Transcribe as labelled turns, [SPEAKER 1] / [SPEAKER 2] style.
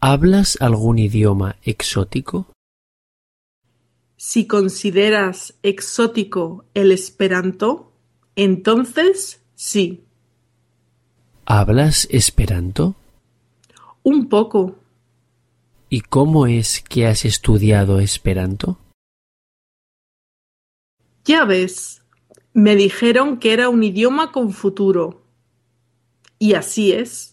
[SPEAKER 1] ¿Hablas algún idioma exótico?
[SPEAKER 2] Si consideras exótico el esperanto, entonces sí,
[SPEAKER 1] ¿Hablas esperanto?
[SPEAKER 2] un poco.
[SPEAKER 1] ¿Y cómo es que has estudiado esperanto?
[SPEAKER 2] Ya ves, me dijeron que era un idioma con futuro. Y así es.